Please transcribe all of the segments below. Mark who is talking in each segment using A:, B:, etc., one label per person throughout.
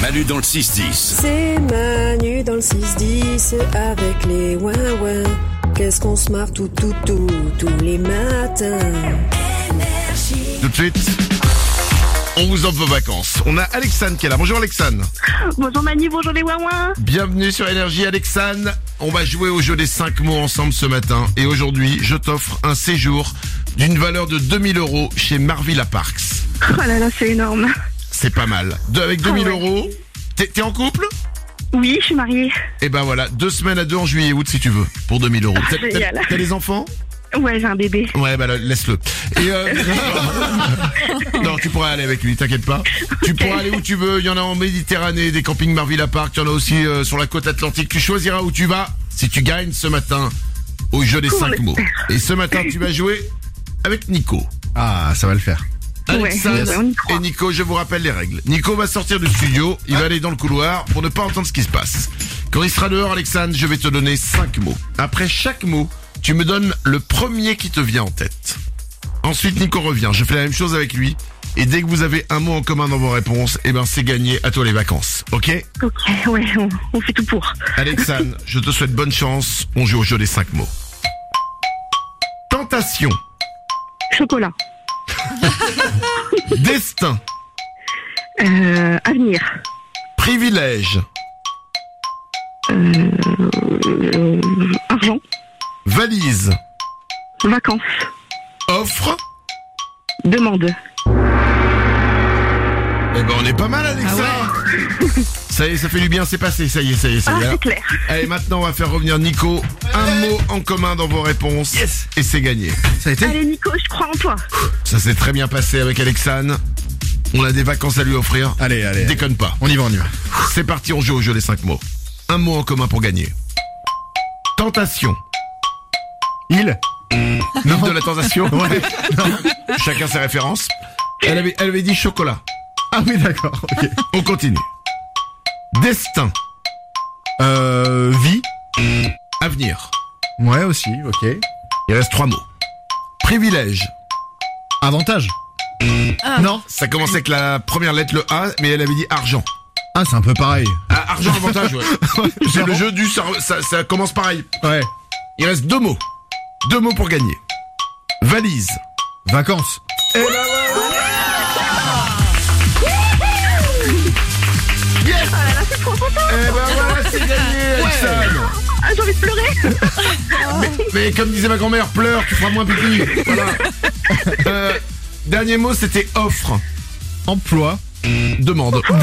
A: Manu dans le 6-10.
B: C'est Manu dans le 6-10 avec les ouin-ouin. Qu'est-ce qu'on se marre tout, tout, tout, tous les matins.
C: Tout de suite, on vous offre vos vacances. On a Alexane qui est là. Bonjour Alexane.
D: Bonjour Manu, bonjour les Wawins.
C: Bienvenue sur Énergie Alexane. On va jouer au jeu des 5 mots ensemble ce matin. Et aujourd'hui, je t'offre un séjour d'une valeur de 2000 euros chez Marvilla Parks.
D: Oh là là, c'est énorme.
C: C'est pas mal. De- avec 2000
D: ouais.
C: euros, t'es t'es en couple
D: Oui, je suis mariée.
C: Et ben voilà, deux semaines à deux en juillet et août si tu veux, pour 2000 euros. T'as- T'as
D: génial.
C: t'as des enfants
D: Ouais, j'ai un bébé.
C: Ouais, bah là, laisse-le. Et euh... non, tu pourras aller avec lui, t'inquiète pas. Tu pourras aller où tu veux. Il y en a en Méditerranée, des campings Marvilla Park. Il y en a aussi euh, sur la côte atlantique. Tu choisiras où tu vas si tu gagnes ce matin au jeu des
D: Cool.
C: 5 mots. Et ce matin, tu vas jouer avec Nico.
E: Ah, ça va le faire.
C: Alexandre
D: ouais, on y croit.
C: et Nico, je vous rappelle les règles. Nico va sortir du studio, il va aller dans le couloir pour ne pas entendre ce qui se passe. Quand il sera dehors, Alexandre, je vais te donner 5 mots. Après chaque mot, tu me donnes le premier qui te vient en tête. Ensuite, Nico revient, je fais la même chose avec lui. Et dès que vous avez un mot en commun dans vos réponses, eh ben c'est gagné, à toi les vacances. Ok
D: Ok, ouais, on, on fait tout pour.
C: Alexandre, je te souhaite bonne chance, on joue au jeu des 5 mots. Tentation,
D: Chocolat.
C: destin,
D: Euh, avenir.
C: privilège,
D: Euh, argent.
C: valise,
D: Vacances.
C: offre,
D: Demande.
C: Eh ben on est pas mal Alexa
E: Ah
C: Ça y est, ça fait du bien, c'est passé, ça y est, ça y est, ça
D: Ah,
C: y est.
D: c'est clair.
C: Allez, maintenant on va faire revenir Nico. Un mot en commun dans vos réponses.
E: Yes.
C: Et c'est gagné.
E: Ça a été
D: Allez Nico, je crois en toi.
C: Ça s'est très bien passé avec Alexane. On a des vacances à lui offrir.
E: Allez, allez. allez.
C: Déconne pas.
E: On y va, on y va.
C: C'est parti, on joue au jeu des 5 mots. Un mot en commun pour gagner. Tentation. Mm.
E: Il
C: L'île de la tentation. Chacun ses références. Elle avait, elle avait dit chocolat.
E: Ah oui, d'accord. ok.
C: On continue. Destin. Mm.
E: Euh, vie
C: Avenir.
E: Ouais, aussi, ok.
C: Il reste trois mots. Privilège.
E: Avantage Non
C: Ça commençait avec la première lettre, le A, mais elle avait dit argent.
E: Ah, c'est un peu pareil.
C: Ah, argent, avantage, ouais. C'est le jeu du... Ça, ça, ça commence pareil.
E: Ouais.
C: Il reste deux mots. Deux mots pour gagner. Valise.
E: Vacances
C: Eh ben voilà, c'est gagné, Alexandre.
D: Ah, j'ai envie de pleurer.
C: Mais comme disait ma grand-mère, pleure, tu feras moins pipi. Voilà. Euh, dernier mot, c'était offre.
E: Emploi
C: Demande. Ah,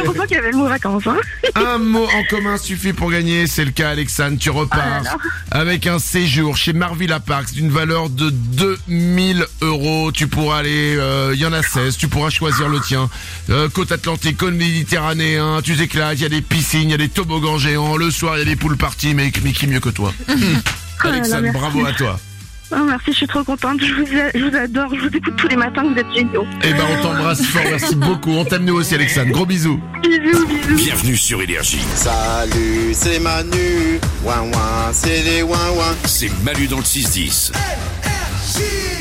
D: Heureusement qu'il y avait le mot vacances. Hein.
C: Un mot en commun suffit pour gagner, c'est le cas Alexandre, tu repars avec un séjour chez Marvilla Parks d'une valeur de 2000 euros. Tu pourras aller, euh, il y en a 16, tu pourras choisir le tien. Euh, côte atlantique, côte méditerranéen, tu t'éclates, il y a des piscines, il y a des toboggans géants, le soir il y a des poules parties, mais, mais qui mieux que toi
D: Ah,
C: Alexandre,
D: merci.
C: bravo à toi.
D: Ah, merci, je suis trop contente. Je vous, a- je vous adore, je vous écoute tous les matins, vous êtes géniaux.
C: Eh ben on t'embrasse fort, merci beaucoup, on t'aime nous aussi Alexandre, gros bisous.
D: Bisous, bisous.
A: Bienvenue sur Énergie.
F: Salut, c'est Manu. Ouin ouin, c'est les ouin ouin.
A: C'est Manu dans le 6-10.
F: Chier